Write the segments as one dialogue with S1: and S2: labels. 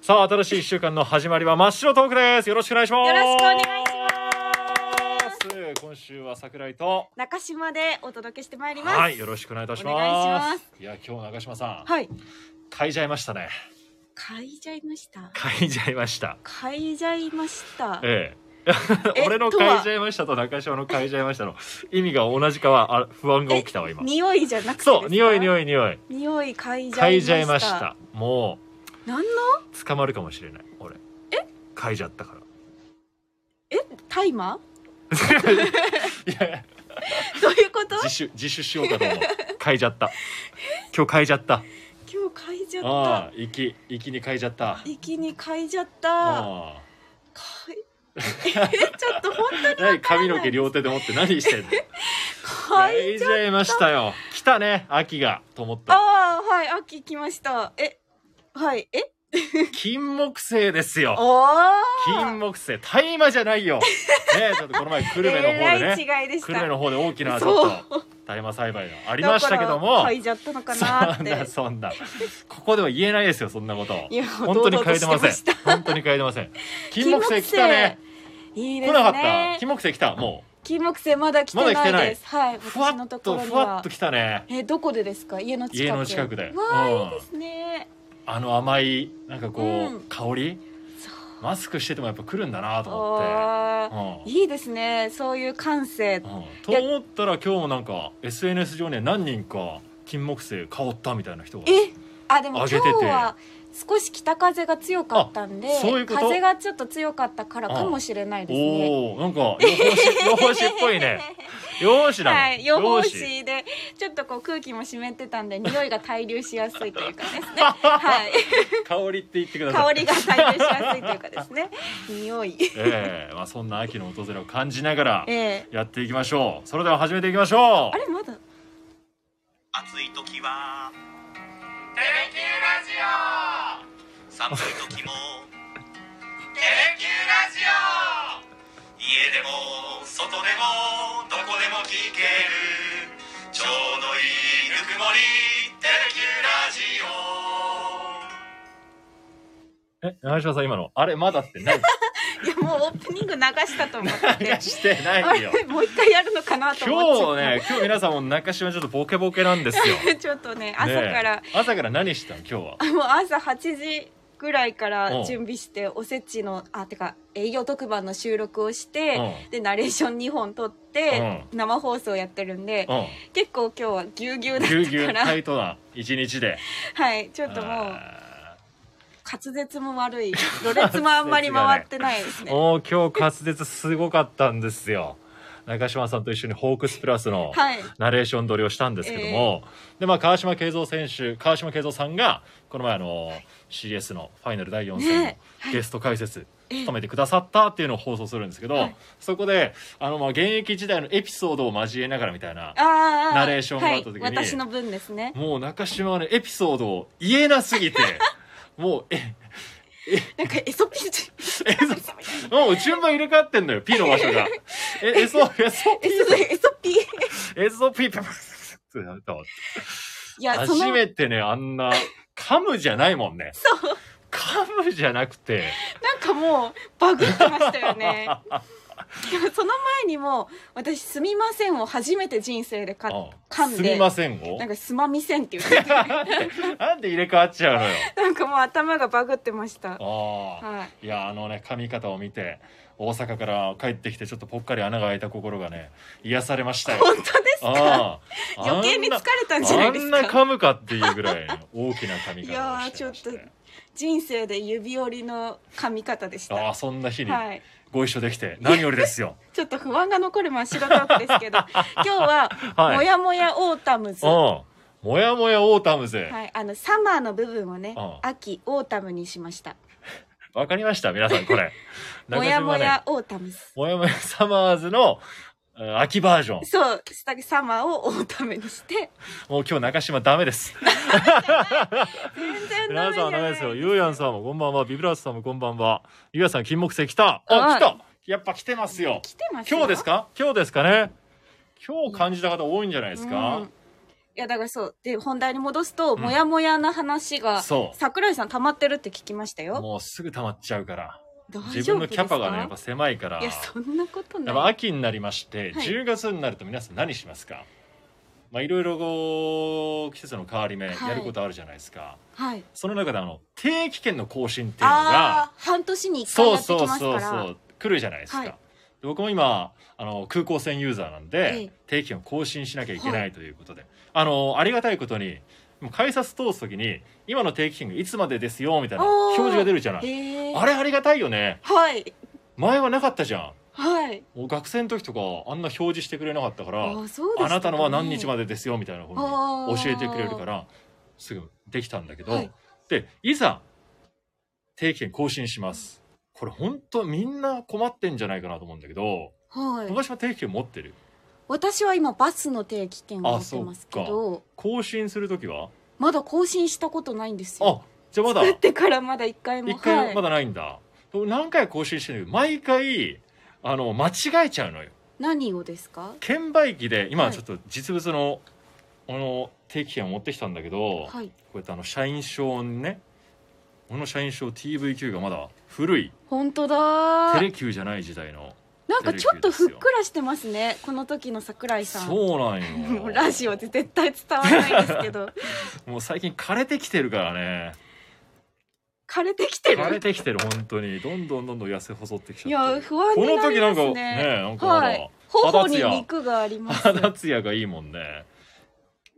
S1: さあ、新しい一週間の始まりは真っ白トークです。よろしくお願いします。
S2: よろしくお願いし
S1: ます。今週は桜井と。
S2: 中島でお届けしてまいります。
S1: はい、よろしくお願いいたします。
S2: お願いし
S1: いや、今日中島さん、
S2: はい。
S1: 買いちゃいましたね。
S2: 買いちゃいました。
S1: 買いちゃいました。
S2: 買いちゃいました。
S1: ええ。
S2: え
S1: 俺の
S2: とは
S1: 買いちゃいましたと中島の買いちゃいましたの意味が同じかはあ不安が起きたわ今
S2: 匂いじゃなくてですか。
S1: そう匂い
S2: い。
S1: 匂い匂い
S2: 匂い嗅いじゃいました。
S1: 買いちゃいました。も
S2: 何の
S1: う捕まるかもしれない俺え買いちゃったから
S2: タ イマ
S1: いやいや
S2: ー？どういうこと？
S1: 自首自首しようかと思う買いちゃった今日買いちゃった
S2: 今日嗅いじゃった
S1: ああ。息息に買いちゃった
S2: 一気に嗅いじゃった。
S1: あ
S2: 嗅い。 えちょっと本当 に
S1: あ何髪の毛両手で持って何してん の
S2: 嗅
S1: 買
S2: い
S1: い
S2: じ
S1: ち
S2: ゃ。
S1: ゃいましたよ来たね秋がと思った
S2: ああはい秋来ました。えはいえ
S1: 金木犀ですよ
S2: おー。
S1: 金木犀大麻じゃないよねえちょっとこの前久留米の
S2: え
S1: 方
S2: ら
S1: で
S2: い
S1: ね
S2: 違いでした。
S1: 久留米の方で大きなち
S2: そ
S1: ょ
S2: う
S1: っと大麻栽培がありましたけど
S2: だか
S1: も
S2: ら嗅いじゃったのかなっ
S1: そん
S2: て。
S1: なそんなここでは言えないですよそんなこと
S2: いや
S1: 本当に嗅
S2: 堂々
S1: い
S2: と
S1: で
S2: し
S1: ません
S2: した
S1: 本当に嗅いでません金木犀来たね
S2: いい
S1: 来
S2: で
S1: な
S2: す
S1: かった
S2: ね
S1: 金木犀来たも
S2: 金木犀まだ来てないです、はい、
S1: うふわ
S2: 私の
S1: っ
S2: とことろに
S1: ふわ
S2: は
S1: っと来たね
S2: えどこでですか家の近く
S1: 家の近くで
S2: わあ、
S1: うん
S2: いいですね
S1: あの甘いなんかこう、
S2: うん
S1: 香り
S2: そう
S1: マスクしててもやっぱ来るんだなと思
S2: あー
S1: って、うん
S2: いいですねそういう感性
S1: うんと思ったら今日もなんか SNS 上には何人か金木犀香ったみたいな人が
S2: えあでも
S1: 上
S2: 今
S1: げ
S2: 日
S1: てて
S2: は少し北風が強かったんで
S1: あそういうこと
S2: 風がちょっと強かったからかもしれないですね
S1: おおーなんか予 報士予報士っぽいね漁師だ
S2: はい、予報士でちょっとこう空気も湿ってたんで匂いが滞留しやすいというかですね はい
S1: 香りって言ってください
S2: 香りが滞留しやすいというかです ね匂い
S1: ええまあそんな秋の訪れを感じながら
S2: ええ
S1: やっていきましょうそれでは始めていきましょ
S2: あれまだ
S3: 暑い時は「テレキュラジオ」寒い時も「テレキュラジオ」家でも外でもどこでも聞けるちょうどいいぬくもり「テレキュラジオ」
S1: うえ長嶋さん今のあれまだって何
S2: いやもうオープニング流したと思って
S1: して
S2: あ
S1: ないよ
S2: れもう一回やるのかなと思っちゃ
S1: 今
S2: っ
S1: 日ね
S2: た
S1: 今日皆さんも中島ちょっとボケボケなんです よ
S2: ちょっとね朝から、
S1: ねえ朝から何したの今日は
S2: あもう朝8時ぐらいか
S1: うん
S2: ら準備しておせちのあてか営業特番の収録をして、
S1: う
S2: でナレーション2本撮って、生放送やってるんで、
S1: うん
S2: 結構今日はぎゅうぎゅうだ
S1: ぎゅうぎゅ
S2: っ
S1: う
S2: たから
S1: タイトな一日で
S2: はいちょっともう
S1: あ
S2: 滑舌も悪いろれつもあんまり回ってないです
S1: ー
S2: ね
S1: もう今日滑舌すごかったんですよ中島さんと一緒にホークスプラスの
S2: はい
S1: ナレーション撮りをしたんですけども、でまあ川島慶三選手川島慶三さんがこの前あの CS のファイナル第4戦の
S2: ねはい
S1: ゲスト解説務めてくださったっていうのを放送するんですけど、そこであのまあ現役時代のエピソードを交えながらみたいな
S2: ああ
S1: ナレーションがあった時に
S2: はい、私の分ですね
S1: もう中島はねエピソードを言えなすぎてもうえ
S2: なんかエソピーチ
S1: えそもう順番入れ替わってんのよ P の場所がえ SO SO
S2: エソエソピー
S1: SOP パパパパってなったわ
S2: いやそ
S1: 初
S2: のなんか
S1: めてねあん な噛むじゃないもんね噛むじゃなくて
S2: もうバグってましたよ ねでもその前にも私「すみません」を初めて人生でか噛
S1: うん
S2: ん
S1: すみ
S2: で
S1: ませんを
S2: なんか「 すまみせん」って言ってて
S1: なんで入れ替わっちゃうの よ
S2: なんかもう頭がバグってました
S1: ああ
S2: はい
S1: いやあのね髪型を見て大阪から帰ってきてちょっとぽっかり穴が開いた心がね癒されましたよ
S2: 本当ですか
S1: ああ
S2: 余計に疲れたんじゃな
S1: あ
S2: いで
S1: ん
S2: す
S1: な
S2: か
S1: 噛むかっていうぐらいの大きな髪
S2: いや
S1: 型を
S2: ー
S1: してまし
S2: ちょ
S1: て
S2: っ人生で指折りの噛み方でした
S1: あ
S2: は
S1: あそんな日に
S2: い
S1: ご一緒できて何よりです よ
S2: ちょっと不安が残る真っ白トークですけ ど今日は
S1: はい
S2: 「もやもやオータムズ」
S1: うんもやもやオータムぜ
S2: はい、あのサマーの部分をね、
S1: うん
S2: 秋オータムにしました。
S1: わかりました皆さんこれ
S2: もやも
S1: 中島ね
S2: やオータムス。
S1: もやもやサマーズのえー秋バージョン
S2: そう、したサマーをオータムにして、
S1: もう今日中島ダメです
S2: 全然
S1: 皆
S2: ダメじゃ
S1: さんダ
S2: な
S1: メ
S2: い
S1: ですよゆうやんさんもこんばんはビブラートさんもこんばんはゆうやさん金木犀来た
S2: う
S1: あ来
S2: ん
S1: たやっぱ来てますよ
S2: 来てますよ
S1: 今日ですか今日ですかね今日感じた方多いんじゃないですか、
S2: うんやだからそうで本題に戻すと、もやもやな話が
S1: そう
S2: 桜井さん溜まってるって聞きましたよ
S1: もうすぐ溜まっちゃうから
S2: 大丈夫ですか
S1: 自分のキャパがねやっぱ狭いから
S2: いやそんなこと
S1: やっぱ
S2: ない
S1: 秋になりまして、
S2: はい
S1: 10月になると皆さん何しますかまあいろいろこう季節の変わり目
S2: はい
S1: やることあるじゃないですか、
S2: はい
S1: その中であの定期券の更新っていうの
S2: あ
S1: が
S2: あー半年に1回
S1: そ
S2: や
S1: う
S2: ってき
S1: そう
S2: ますから
S1: そうそう来るじゃないですか、
S2: はい
S1: で僕も今あの空港線ユーザーなんで、
S2: ええ
S1: 定期券を更新しなきゃいけな
S2: はい
S1: ということで、あのありがたいことにもう改札通す時に今の定期券がいつまでですよみたいな
S2: おー
S1: 表示が出るじゃない
S2: へー
S1: あれありがたいよね
S2: はい
S1: 前はなかったじゃん
S2: はい
S1: もう学生の時とかあんな表示してくれなかったから
S2: あそうで
S1: あなたのは何日ま
S2: で
S1: でですよみたいなふう
S2: あ
S1: に
S2: ー
S1: 教えてくれるからすぐできたんだけど、
S2: はい
S1: でいざ定期券更新しますこれ本当みんな困ってんじゃないかなと思うんだけど
S2: はい
S1: 昔は定期券持ってる
S2: 私は今バスの定期券を持ってますけ
S1: あそ
S2: ど
S1: 更新する時は
S2: まだ更新したことないんですよ
S1: あじゃあまだ
S2: 作ってからまだ1回も
S1: 一回
S2: はい
S1: まだないんだ、何回更新してるけど毎回あの間違えちゃうのよ
S2: 何をですか
S1: 券売機で今
S2: はい
S1: ちょっと実物の、あの定期券を持ってきたんだけど、
S2: はい
S1: こうやってあの社員証にねこの社員証 TVQ がまだ古い
S2: 本当だ
S1: テ
S2: ー
S1: レ Q じゃない時代の
S2: なんかちょっとふっくらしてますねこの時の桜井さん
S1: そうなん
S2: も
S1: よ
S2: うラジオで絶対伝わらないです けど
S1: もう最近枯れてきてるからね
S2: 枯れてきて
S1: 枯れ
S2: る
S1: てきてる本当にどんどんどんどん痩せ細ってき
S2: い
S1: ちゃ
S2: や
S1: ってる
S2: 不安
S1: こ
S2: に
S1: の
S2: な
S1: 時
S2: り
S1: な
S2: ま
S1: んか
S2: す
S1: ね
S2: ね
S1: なんかまだ、
S2: はい頬に
S1: 肌
S2: 肉があります
S1: 肌ツヤがいいもんね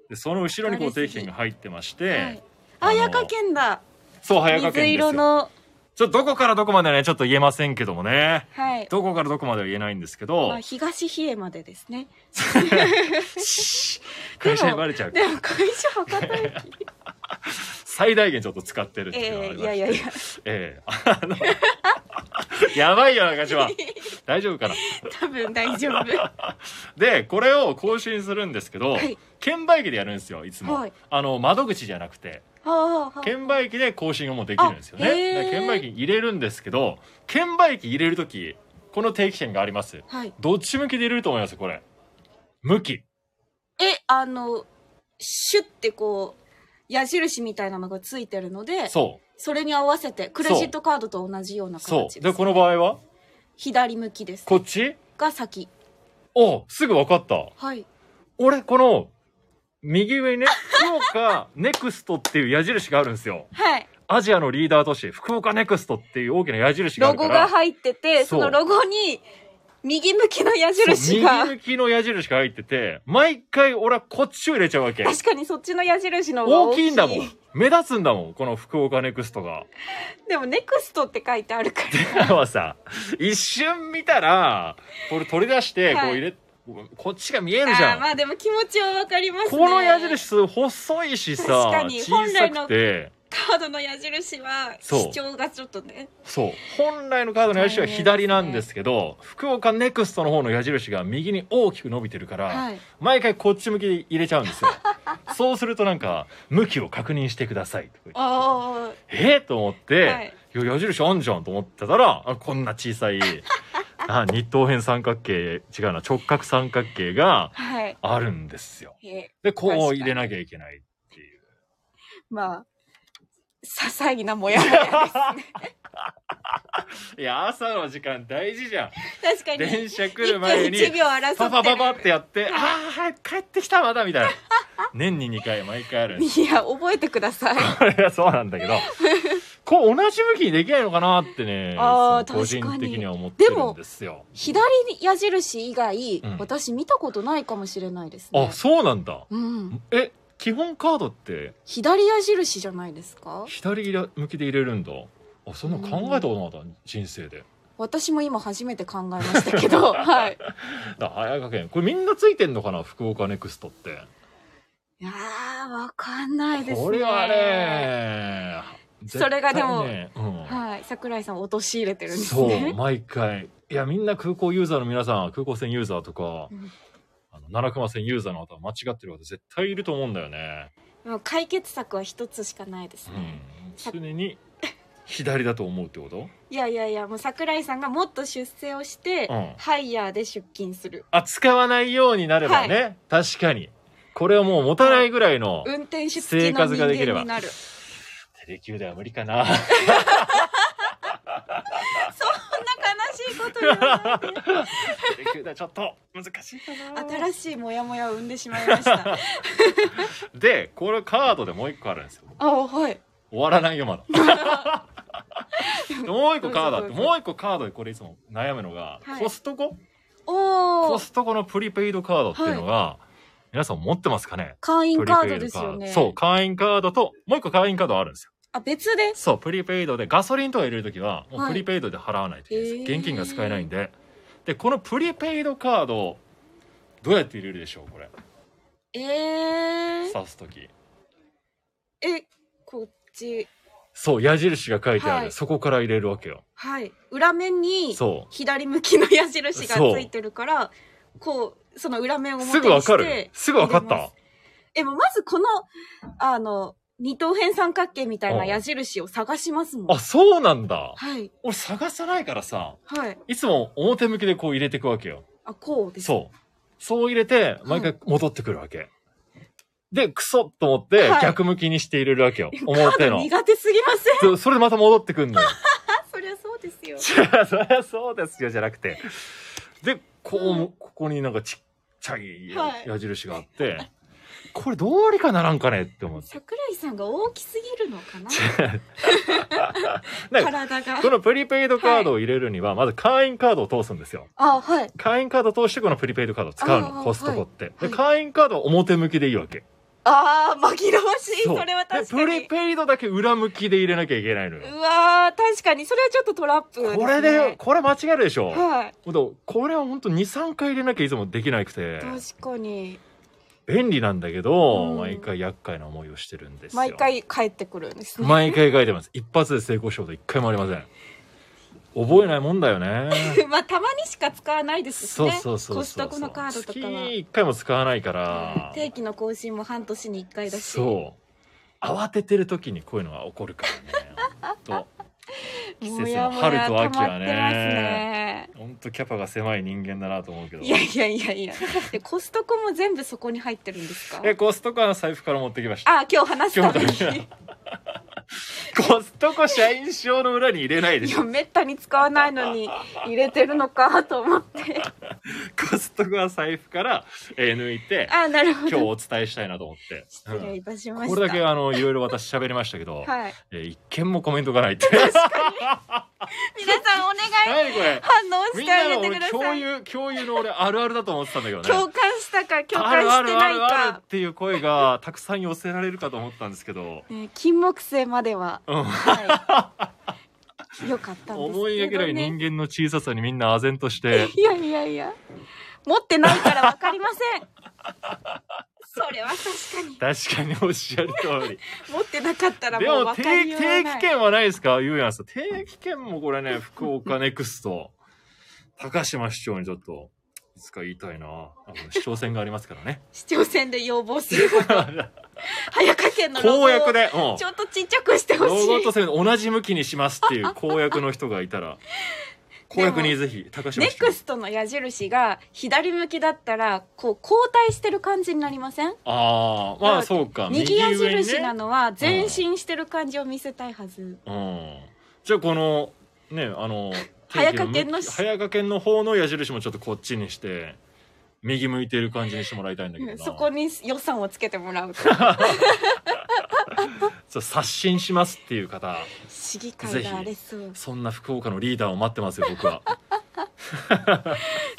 S1: でその後ろにこう定期券が入ってまして、
S2: はいあやかけんだ
S1: そう早掛け
S2: 水
S1: ですよ
S2: 色の
S1: ちょっとどこからどこまではねちょっと言えませんけどもね
S2: はい
S1: どこからどこまでは言えないんですけど、
S2: まあ、東比叡までですね
S1: 会社にバレちゃう
S2: でも会社博多駅
S1: 最大限ちょっと使ってるって いうのがあ
S2: ええ
S1: り
S2: い
S1: まし
S2: や
S1: て
S2: いやいや
S1: ええあのやばいよ中島大丈夫かな
S2: 多分大 丈夫
S1: でこれを更新するんですけど、
S2: はい
S1: 券売機でやるんですよいつも、
S2: はい
S1: あの窓口じゃなくて
S2: はあ
S1: 券売機で更新がもうできるんですよね
S2: あへえ
S1: で券売機に入れるんですけど券売機入れる時この定期券があります
S2: はい
S1: どっち向きで入れると思いますこれ向き
S2: えあのシュッてこう矢印みたいなのがついてるのでそ
S1: そう
S2: れに合わせてクレジットカードと同じような
S1: そ
S2: 形
S1: う
S2: で
S1: ですこの場合は
S2: 左向きです
S1: こっち
S2: が先
S1: おすぐ分かった
S2: はい
S1: 俺この右上にね福岡ネクストっていう矢印があるんですよ
S2: はい
S1: アジアのリーダー都市福岡ネクストっていう大きな矢印があ
S2: ロ
S1: るか
S2: ゴ
S1: ら
S2: が入ってて
S1: そ
S2: そうのロゴに右向きの矢印
S1: そう
S2: が
S1: 右向きの矢印が入ってて毎回俺はこっちを入れちゃうわけ
S2: 確かにそっちの矢印の方が
S1: 大きいんだもん目立つんだもんこの福岡ネクストが
S2: でも「ネクストって書いてあるから
S1: でもさ一瞬見たらこれ取り出してこう
S2: はい
S1: 入れ、こっちが見えるじゃ
S2: あー
S1: ん、
S2: まあでも気持ちはわかりますね
S1: この矢印細いし
S2: 確
S1: さ
S2: かに
S1: 小さ
S2: 本来の
S1: くて
S2: カードの矢印は
S1: そう
S2: 主張がちょっとね
S1: そう本来のカードの矢印は左なんですけど福岡ネクストの方の矢印が右に大きく伸びてるから、
S2: はい
S1: 毎回こっち向きで入れちゃうんです よそうするとなんか向きを確認してくださいとか 言
S2: あ
S1: ってえーと思って、
S2: はい
S1: いや矢印あんじゃんと思ってたらあこんな小 さいあ二等辺三角形違うな直角三角形が
S2: あはい
S1: あるんですよ
S2: えー
S1: でこ
S2: 確か
S1: う
S2: に
S1: 入れなきゃいけないっていう
S2: まあ些細なもやもやです
S1: いや朝の時間大事じゃん
S2: 確かに
S1: 電車来
S2: 1
S1: る
S2: 分
S1: 前に
S2: 1秒争ってる
S1: パパパパってやって「ああ早く帰ってきたまだ」みたいな年に2回毎回あるんです
S2: いや覚えてください
S1: これが そうなんだけ どこう同じ向きにできないのかなってね
S2: あー
S1: 個
S2: 確か
S1: 人
S2: に
S1: 的には思ってるんですよ
S2: 左矢印以外、
S1: うん
S2: 私見たことないかもしれないですね
S1: あそうなんだ
S2: うん
S1: え基本カードって
S2: 左矢印じゃないですか
S1: 左向きで入れるんだあそんなの考えたことなかった人生で
S2: 私も今初めて考えました けどはい
S1: だ早川県これみんなついてんのかな福岡ネクストって
S2: いやーわかんないですね
S1: これはね
S2: それがでも
S1: 絶対ねうん
S2: はい桜井さんを陥れてるんです
S1: そう
S2: ね
S1: 毎回いやみんな空港ユーザーの皆さん空港線ユーザーとか、
S2: うん
S1: あの奈良熊線ユーザーの方は間違ってる方絶対いると思うんだよね、
S2: もう解決策は一つしかないです
S1: う
S2: ね、
S1: ん、常に左だと思うってこと
S2: いやいやいやもう桜井さんがもっと出世をして、
S1: うん
S2: ハイヤーで出勤する
S1: あ使わないようになればね、確かにこれはもう持たないぐらいの
S2: 運転手付きの人間になる
S1: テレキューでは無理か な
S2: そんな悲しいこと言わないで
S1: テレキューではちょっと難しいかな
S2: 新しいモヤモヤを生んでしまいました
S1: でこれカードでもう一個あるんですよ
S2: あはい
S1: 終わらないよ まだもう一個カードあってもう一個カードでこれいつも悩むのが、
S2: はい
S1: コストコ
S2: お
S1: コ
S2: お
S1: ストコのプリペイドカードっていうのが、皆さん持ってますかね
S2: 会員カード
S1: プリペ
S2: で
S1: イ
S2: すよね
S1: そう会員カードともう一個会員カードあるんですよ
S2: あ別で
S1: そうプリペイドでガソリンとか入れる時はも
S2: は
S1: う
S2: い
S1: プリペイドで払わないといけないです、
S2: へー
S1: 現金が使えないんででこのプリペイドカードをどうやって入れるでしょうこれ
S2: えー、
S1: 刺す時
S2: えこっち
S1: そう矢印が書いてある、
S2: はい
S1: そこから入れるわけよ
S2: はい裏面に
S1: そう
S2: 左向きの矢印がついてるからこうその裏面を
S1: すぐわか
S2: 表にして
S1: るすぐわかっ
S2: 入れま
S1: た
S2: すえもうまずこのあの二等辺三角形みたいな矢印を探しますもん
S1: あそうなんだ
S2: はい
S1: 俺探さないからさ
S2: はい
S1: いつも表向きでこう入れていくわけよ
S2: あこうです
S1: そうそう入れて毎回戻ってくるわけ、でクソッと思って
S2: はい
S1: 逆向きにして入れるわけよ、
S2: いやカ
S1: 表
S2: ード
S1: の
S2: 苦手すぎま せん
S1: でそれでまた戻ってく んのよ
S2: あそりゃそうですよ
S1: 違うそりゃそうですよじゃなくてでこう、
S2: うん
S1: ここになんかちっちゃい
S2: はい
S1: 矢印があって、これどうにかならんかねって思って
S2: 桜井さんが大きすぎるのかな
S1: なんか
S2: 体が
S1: このプリペイドカードを入れるには、まず会員カードを通すんですよ。
S2: あはい
S1: 会員カード通してこのプリペイドカードを使う
S2: あ
S1: の、
S2: ー
S1: コストコって。
S2: はい
S1: で、会員カードは表向きでいいわけ。
S2: あー紛らわしい
S1: そ
S2: そうれは確か
S1: でプ
S2: に
S1: リペイドだけ裏向きで入れなきゃいけないのよ。
S2: うわー確かにそれはちょっとトラップです、ね、
S1: これで、これ間違えるでしょ。
S2: はい
S1: ほんとこれは本当2、3回入れなきゃいつもできなくて、
S2: 確かに
S1: 便利なんだけど、
S2: うん
S1: 毎回厄介な思いをしてるんですよ。
S2: 毎。回帰ってくるんですね、
S1: 毎回書いてます。一発で成功したこと一回もありません。覚えないもんだよね。
S2: まあたまにしか使わない ですし
S1: そう
S2: ね
S1: そうそうそう。
S2: コストコのカードとかは
S1: 月一回も使わないから。
S2: 定期の更新も半年に1回だし
S1: そう慌ててる時にこういうのが起こる からねほんと季節
S2: もや
S1: の
S2: もや
S1: 春と秋
S2: 溜
S1: は
S2: まってます
S1: ね
S2: ね
S1: ほんとキャパが狭い人間だなと思うけど
S2: いやいやいやいやでコストコも全部そこに入ってるんですか
S1: えコストコは財布から持ってきました
S2: あ今日話すため
S1: 今日の
S2: に
S1: コストコ社員証の裏に入れないで
S2: い
S1: し
S2: や
S1: ょ
S2: めったに使わないのに入れてるのかと 思って
S1: コストコは財布からえー抜いて
S2: あなる
S1: 今
S2: ほ
S1: 日
S2: ど
S1: お伝えしたいなと思って、
S2: 失礼いたし
S1: う
S2: ま
S1: ん
S2: した
S1: これだけあのいろいろ私喋りましたけど、
S2: はい
S1: えー一件もコメントがないって
S2: 皆さんお願
S1: 何
S2: い
S1: これ
S2: 反応
S1: み
S2: し
S1: ん
S2: てあ
S1: なの
S2: げてく
S1: 俺
S2: だ
S1: 共
S2: さい
S1: 有共有の俺あるあるだと思ってたんだけどね
S2: 共感したか共
S1: あ
S2: 感
S1: るあ
S2: して
S1: るあ
S2: ない
S1: るある
S2: か
S1: っていう声がたくさん寄せられるかと思ったんですけど、
S2: ね金木犀までは
S1: うん、
S2: はい、よかったんですけど、ね、
S1: 思いがけない人間の小ささにみんな唖然として
S2: いやいやいや持ってないからわかりませんそれは確かに
S1: 確かにおっしゃる通り
S2: 持ってなかったら
S1: で
S2: もう
S1: も定
S2: 分かりようが
S1: 定
S2: な
S1: 期
S2: い
S1: 券はないですかゆうやんさん定期券もこれね福岡ネクスト高島市長にちょっといつか言いたいなあの市長選がありますから ね
S2: 市長選で要望すること早川県のロゴを
S1: 公約でうん
S2: ちょっとちっちゃくしてほ
S1: ロ
S2: しい
S1: ゴとせん同じ向きにしますっていう公約の人がいたら公約にぜひ高島
S2: ネ
S1: 市長
S2: クストの矢印が左向きだったらこう交代してる感じになりません
S1: ああまあそうか
S2: 右矢
S1: 上にね
S2: 印なのは前進してる感じを見せたいはず、
S1: うんじゃあこのねあ の
S2: 早掛けの
S1: 定期向き早掛けの方の矢印もちょっとこっちにして右向いてる感じにしてもらいたいんだけどな
S2: そこに予算をつけてもらうから
S1: そう刷新しますっていう方
S2: 市議会が荒れそう
S1: そんな福岡のリーダーを待ってますよ僕 は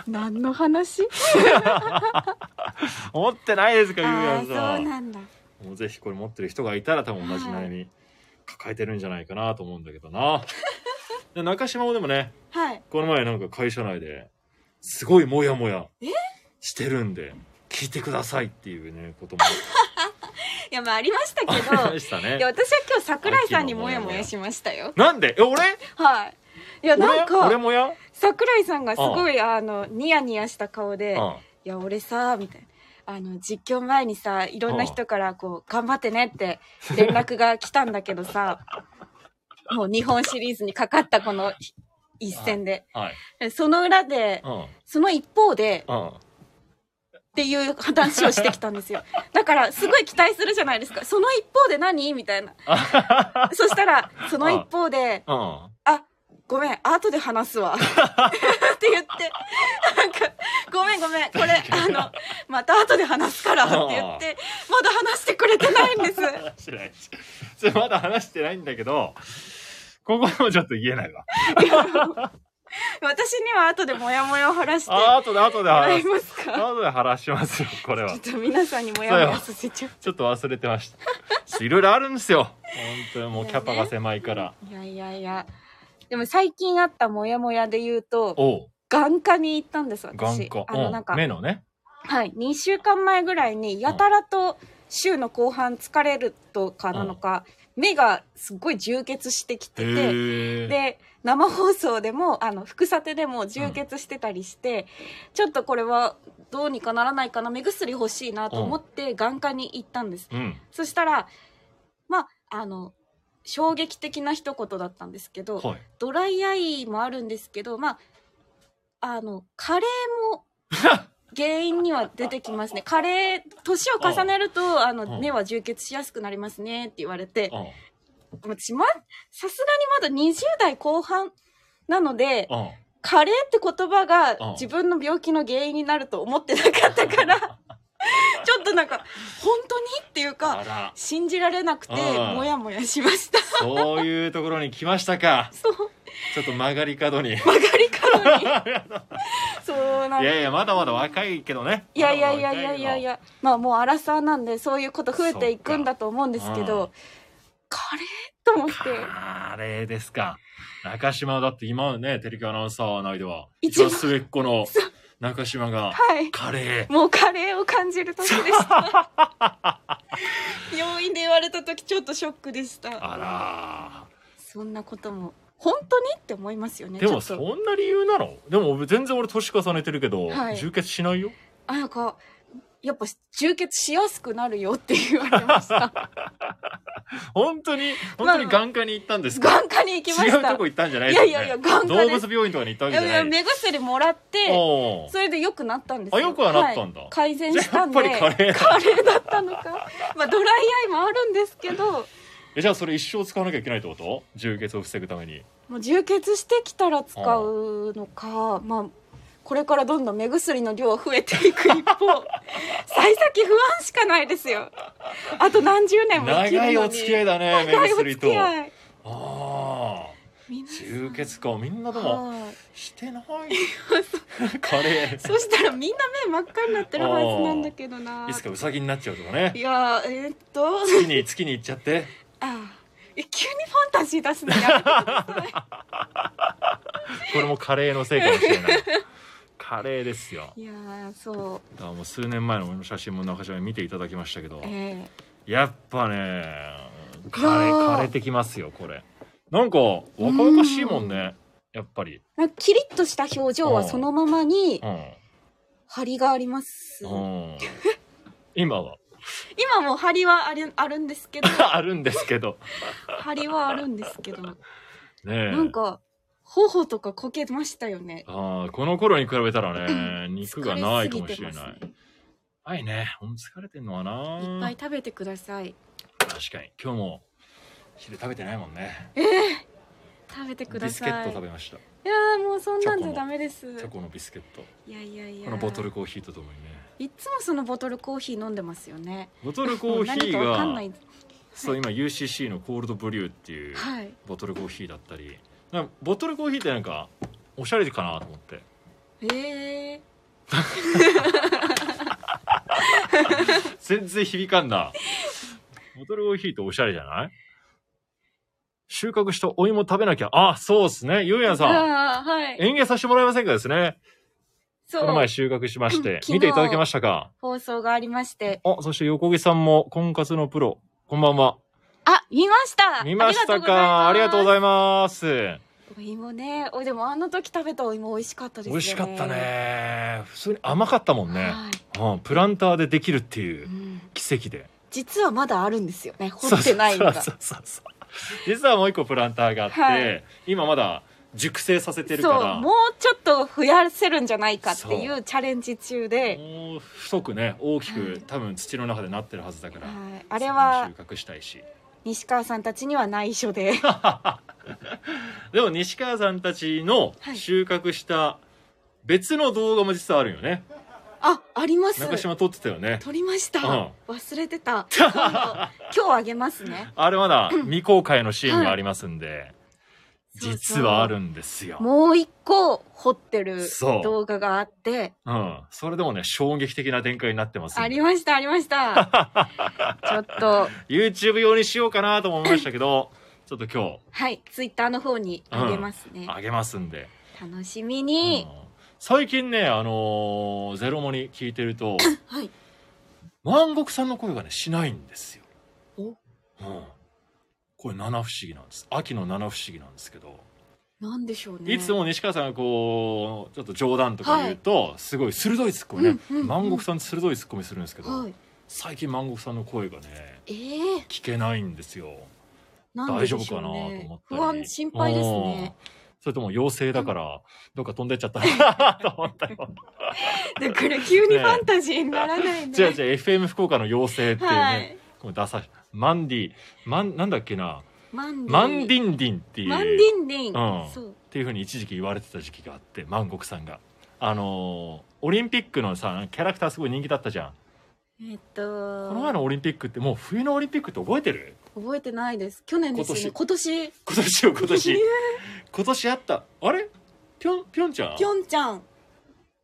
S2: 何の話
S1: 持ってないですかゆう
S2: あ
S1: や
S2: あ
S1: ん
S2: そ
S1: さ
S2: うんなんだ
S1: もうぜひこれ持ってる人がいたら多分同じ悩み抱えてるんじゃないかなと思うんだけどなで中島もでもね
S2: はい
S1: この前なんか会社内ですごいモヤモヤしてるんで聞いてくださいっていうねことも
S2: いやまあありましたけど
S1: ありました
S2: いや
S1: ね
S2: 私は今日桜井さんにモヤモヤしましたよ
S1: なんでえ俺
S2: はいい
S1: 俺
S2: や なん
S1: 俺
S2: か
S1: もや、
S2: 桜井さんがすごいあのニヤニヤした顔で
S1: うん
S2: いや俺さみたいなあの実況前にさいろんな人からこう頑張ってねって連絡が来たんだけどさもう日本シリーズにかかったこの一戦で
S1: はい
S2: その裏で
S1: うん
S2: その一方で
S1: うん
S2: っていう話をしてきたんですよ。だから、すごい期待するじゃないですか。その一方で何みたいな。そしたら、その一方で、
S1: うん。
S2: あ、ごめん、後で話す わ。って言って、なんか、ごめんごめん、これ、あの、また後で話すからって言って、まだ話してくれてないんです。
S1: 話してない。そ れまだ話してないんだけど、ここもちょっと言えないわ。
S2: 私には後でモヤモヤを晴らしても
S1: あ、後で後で
S2: ら
S1: 話
S2: え
S1: す。
S2: ますか
S1: 後で話しますよ、これは。
S2: ちょっと皆さんにモヤモヤさせちゃう。
S1: ちょっと忘れてました。ちょっといろいろあるんですよ。本当にもうキャパが狭いから。
S2: いやいやいや。でも最近あったモヤモヤで言うと、
S1: おう、
S2: 眼科に行ったんです、私。
S1: 眼科。
S2: あの、なん
S1: う
S2: か
S1: ん、目のね。
S2: はい、2週間前ぐらいにやたらと週の後半疲れるとかなのか、目がすっごい充血してきてて、
S1: へえ。
S2: で、生放送でも、あの、副査定でも充血してたりして、ちょっとこれはどうにかならないかな、目薬欲しいなと思って眼科に行ったんです。
S1: うん。
S2: そしたら、まあ、あの、衝撃的な一言だったんですけど、
S1: はい。
S2: ドライアイもあるんですけど、まあ、あの、カレーも原因には出てきますね。カレー、年を重ねると、あ
S1: う
S2: の、
S1: ん
S2: 目は充血しやすくなりますねって言われて
S1: う、ん。
S2: 私ま、さすがにまだ20代後半なので、
S1: うん。
S2: カレーって言葉
S1: うん
S2: が自分の病気の原因になると思ってなかっ たから、ちょっとなんか、本当にっていう
S1: あ
S2: か、
S1: ら、
S2: 信じられなくて、
S1: うん
S2: もやもやしました。
S1: そういうところに来ましたか。
S2: そう、
S1: ちょっと曲がり角に。い
S2: 曲がり角に。そうなんです
S1: やいや、まだまだ若いけどね。
S2: いやいやいやいやいやい
S1: や。
S2: や、まあもうアラサーなんで、そういうこと増えていくんだと思うんですけ
S1: そっ
S2: ど、カレーと思って、
S1: あれですか。中島だって今のね、テレビアナウンサー内では、
S2: 一
S1: 一
S2: 番
S1: 番末っ子の中島が、
S2: はい。
S1: カレ
S2: もうカレーを感じる年でした。 病院で言われた時ちょっとショックでし
S1: ー。
S2: た。
S1: あ
S2: そんなことも、本当にって思いますよね。
S1: ら。でも
S2: ち
S1: そ
S2: ょっと
S1: んな理由なのでも全然俺年重ねてるけど、
S2: はい
S1: 充血しないよ。
S2: あ、なんか、やっぱ充血しやすくなるよって言われ ました。
S1: 本当に、本当に眼科に行ったんですか、
S2: 眼科に行きま
S1: 違
S2: し
S1: う
S2: た。
S1: とこ行ったんじゃない
S2: い
S1: です
S2: や
S1: よね
S2: いやいや、眼科
S1: 動
S2: です。
S1: 物病院とかに行ったわ
S2: い
S1: けじ
S2: や
S1: ゃ
S2: い
S1: ない
S2: や、目薬もらって、
S1: おー
S2: それで良くなったんですよ。
S1: あ良くはなったんだ
S2: い改善したんで。
S1: じゃあやっぱりカ
S2: カレーだったのか。まあ、ドライアイもあるんですけど、
S1: えじゃあそれ一生使わなきゃいけないってこと充血を防ぐために。
S2: もう充血してきたら使うのか、まあ、これからどんどん目薬の量は増えていく一 方、幸先不安しかないですよ。あと何十年も生きる
S1: 長
S2: のに。
S1: いお付き合いだね、目
S2: 長いお
S1: 薬
S2: 付
S1: と。
S2: き
S1: あ
S2: 合い。
S1: あー。
S2: 皆さん
S1: 充血かみんなでも
S2: はい
S1: して ないカレー
S2: そしたらみんな目真っ赤になってるはずなんだけど な。
S1: いつかウサギになっちゃうとかね
S2: いやー、えーっと。
S1: 月に月に行っちゃって
S2: ああえ急にファンタジー出すのやめてくださ
S1: これもカレーのせいかもしれないカレーですよ
S2: いいやーそう
S1: だからもう数年前の俺の写真も中島に見ていただきましたけど
S2: え
S1: やっぱねカ
S2: い
S1: レー
S2: やー
S1: カレーてきますよこれなんか若々しいもんねやっぱり
S2: えキリッとした表情はそのままに
S1: うん、
S2: 張りがあります
S1: うん、今は
S2: 今も張りはあるあるんです けど
S1: あるんですけど
S2: 張りはあるんですけど
S1: ねえ
S2: なんか頬とかこけましたよね
S1: ああこの頃に比べたらね肉がないかもしれ
S2: 疲
S1: ない
S2: れすぎてますね
S1: はいね。ほんと疲れてんのかない
S2: っぱい食べてください
S1: 確かに。今日も昼食べてないもんね。
S2: 食べてくだ
S1: ビス
S2: さい
S1: ケット食べました。
S2: いやーもうそんなんじゃダメです
S1: チョコのビスケット。
S2: いやいやいや
S1: このボトルコーヒーとともにね。
S2: いつもそのボトルコーヒー飲んでますよね
S1: ボトルコーヒー
S2: もう何かわかん
S1: が、
S2: ない
S1: そう今 UCC のコールドブリューって いう
S2: はい
S1: ボトルコーヒーだったり、なんかボトルコーヒーってなんかおしゃれかなと思って。
S2: ええ
S1: 全然響かんな。ボトルコーヒーっておしゃれじゃない収穫したお芋食べなきゃ。あ、そうですね。ゆうやんさん。
S2: ああはい
S1: 園芸させてもらえませんかですね。
S2: そう
S1: この前収穫しまして、
S2: 昨日
S1: 見ていただけましたか
S2: 放送がありまして。
S1: あ、そして横木さんも婚活のプロ、こんばんは。
S2: あ、見ました
S1: 見ましたかありがとうご
S2: い
S1: ざいます。
S2: ます。お芋ね。お、でもあの時食べたお芋美味しかったです
S1: 美
S2: よね。
S1: 味しかった。ね。普通に甘かったもんね。
S2: はい
S1: うん、プランターでできるっていううん奇跡で。
S2: 実はまだあるんですよね。掘ってないのが。
S1: そうそうそうそう実はもう一個プランターがあって、
S2: はい
S1: 今まだ熟成させてるか
S2: そう
S1: ら
S2: もうちょっと増やせるんじゃないかっていうチャレンジ中で、
S1: もう太くね大きく、
S2: はい
S1: 多分土の中でなってるはずだから、
S2: はい、あれは
S1: 収穫したいし
S2: 西川さんたちには内緒で
S1: でも西川さんたちの
S2: はい
S1: 収穫した別の動画も実はあるよね、
S2: ああります
S1: 中島撮ってたよね
S2: 撮りました、
S1: うん
S2: 忘れ てた今度今日あげますね
S1: あれまだ未公開のシーンがありますんで、
S2: そうそう
S1: 実はあるんですよ
S2: もう一個掘ってる
S1: そう
S2: 動画があって
S1: うん、それでもね衝撃的な展開になってますんで
S2: ありましたありました ちょっと
S1: YouTube 用にしようかなとも思いましたけ どちょっと今
S2: はいツイッターの方にあげますね、
S1: 日あげますんで、
S2: 楽しみ
S1: う
S2: に
S1: ん、最近ねあのーゼロモに聞いてる と
S2: はい
S1: 南国さんの声がねしないんですよ、
S2: お
S1: うん、これ七不思議なんです秋の七不思議なんですけど、
S2: なんでしょうね
S1: いつも西川さんがこうちょっと冗談とか言うと、すごい鋭いツッコミね、
S2: うんうんうん
S1: 南国さんって鋭いツッコミするんですけど、
S2: はい
S1: 最近南国さんの声がね
S2: ええ
S1: 聞けないんですよ
S2: なん
S1: 大
S2: ででし
S1: 丈
S2: ょ
S1: 夫
S2: うね
S1: かなと思って
S2: 不安心配ですね
S1: それとも妖精だからどっか飛んでっちゃったのかなと思ったよ
S2: だから急にファンタジーにならないね
S1: 違う違う FM 福岡の妖精っていうね、
S2: はい
S1: こう出さマンディマンなんだっけな
S2: マン
S1: マンデ
S2: ィン
S1: ィンディンっていう
S2: マンディンディン、
S1: うん
S2: そ
S1: っ
S2: う
S1: ていうふうに一時期言われてた時期があって万国さんがあのーオリンピックのさキャラクターすごい人気だったじゃん
S2: えっ
S1: ことの前のオリンピックってもう冬のオリンピックって覚えてる
S2: 覚えてないです去年ですよね今年
S1: 今年よ今 年今年あったあれぴょんぴょんちゃん
S2: ぴょんちゃん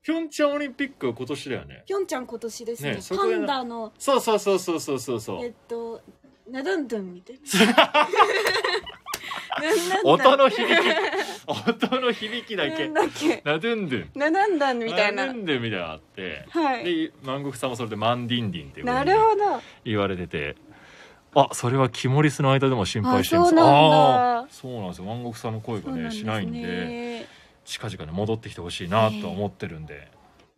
S1: ぴょんちゃんオリンピックは今年だよね
S2: ぴょんちゃん今年ですね
S1: ねそ
S2: パ
S1: こでな
S2: ンダの
S1: そうそうそうそうそうそうそう
S2: えっとなだんだんみたい な
S1: 音
S2: な
S1: の響 き音の響きだけ
S2: んだっけ
S1: ナドゥンドゥン
S2: なだんだんみたい
S1: ナド
S2: な
S1: ゥンドゥンみたいなのあって、
S2: はい
S1: で南国さんもそれでマンディンディンっていうふうに
S2: なるほど
S1: 言われててあそれはキモリスの間でも心配してるんです
S2: あそうなんだ
S1: あーそうなんですよ南国さんの声
S2: そ
S1: が
S2: う
S1: ね
S2: です
S1: しないんで
S2: ね
S1: 近々ね戻ってきてほしいなとは思ってるんで、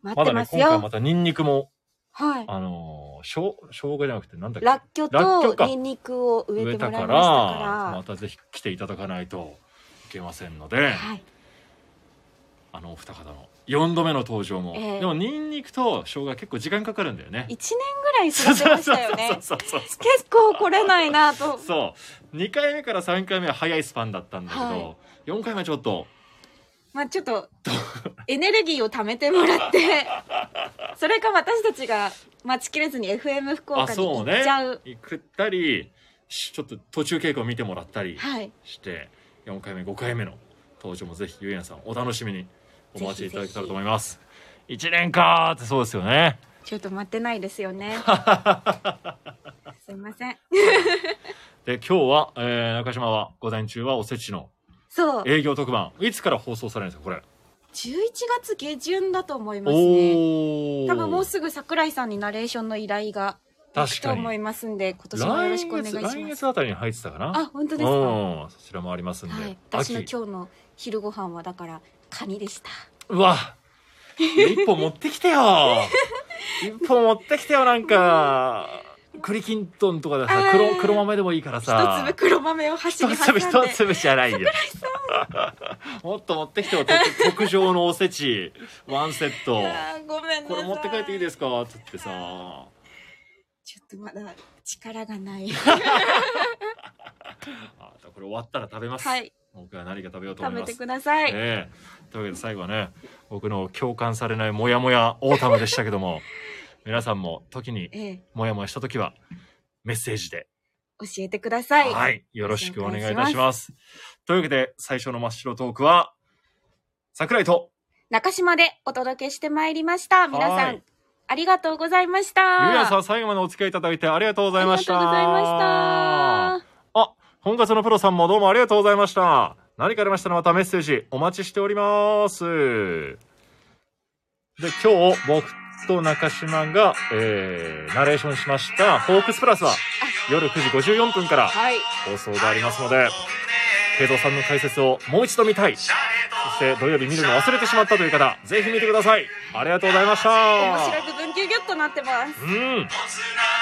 S2: 待
S1: ま
S2: って
S1: だ
S2: ま
S1: ね
S2: す
S1: 今回
S2: よ
S1: またニンニクも
S2: はい
S1: あのーしょうしょうがじゃなくてなんだっけ
S2: ラッキョ
S1: らっきょう
S2: と
S1: か
S2: ニンニクを植
S1: 植え
S2: えて
S1: た
S2: も
S1: か
S2: らいましたから
S1: またぜひ来ていただかないといけませんので、
S2: はい
S1: あのお二方の4度目の登場も、
S2: ええ
S1: でもニンニクと生姜結構時間かかるんだよね
S2: 1年ぐらい過ごしましたよね
S1: そうそうそうそう
S2: 結構来れないなと
S1: そう2回目から3回目は早いスパンだったんだけど、
S2: はい
S1: 4回目はちょっと
S2: まあちょっとエネルギーを貯めてもらってそれか私たちが待ちきれずに FM 福岡
S1: あ
S2: に
S1: そ
S2: 行
S1: う
S2: っ
S1: ね
S2: ちゃう
S1: 行ったりしちょっと途中経過を見てもらったり
S2: はい
S1: して、4回目5回目の登場もぜひゆえやんさんお楽しみにお待ちいただけたらと思います1年かーってそうですよね
S2: ちょっと待ってないです よねすいません
S1: で今日は、えー中島は午前中はおせちの
S2: そう11
S1: 営業特番いつから放送されるんですかこれ
S2: 月下旬だと思いますね
S1: おお
S2: 多分もうすぐ桜井さんにナレーションの依頼が
S1: 確
S2: と
S1: かに
S2: 思いますんで今年もよろし
S1: 来
S2: くお願いし
S1: 月
S2: ます
S1: 来月あたりに入ってたかな
S2: あ本当ですか
S1: うんそちらもありますんで、
S2: はい、私の
S1: 秋
S2: 今日の昼ご飯はだからカニでした
S1: うわ一本持ってきて よ一本持ってきてよなんか栗きんとんとかで
S2: あ
S1: さ
S2: ー
S1: 黒黒豆でもいいから
S2: 一
S1: さ
S2: 粒黒豆を箸に挟んで
S1: 一一粒じゃ ないよもっと持ってきてよ特特上のおせちワンセット
S2: いやーごめんなさ
S1: こ
S2: い
S1: れ持って帰っていいですかつってさ
S2: ちょっとまだ力 がない。
S1: あこれ終わったら食べます、
S2: はい、
S1: 僕は何か食べようと思い
S2: 食べ
S1: ま
S2: て
S1: す
S2: ください。
S1: ええというわけで最後はね僕の共感されないモヤモヤオータムでしたけど も皆さんも時に
S2: ええ、
S1: モヤモヤした時はメッセージで
S2: 教えてください。
S1: はい、よろしくお願いいたしますというわけで最初の真っ白トークは桜井と
S2: 中島でお届けしてまいりました。皆さ
S1: は
S2: ん
S1: い、
S2: ありがとうございました。
S1: ゆうやさん最後までお付き合いいただいてありがとうございました
S2: ありがとうございました。
S1: あ本活のプロさんもどうもありがとうございました何かありましたらまたメッセージお待ちしておりますで今日僕と中島が、えー、ナレーションしました「ホークスプラス」は夜9時54分から
S2: はい、
S1: 放送がありますので慶三さんの解説をもう一度見たいそして土曜日見るの忘れてしまったという方ぜひ見てくださいありがとうございました
S2: 面白い部分ギュギュッとなってます。
S1: うん
S3: おつな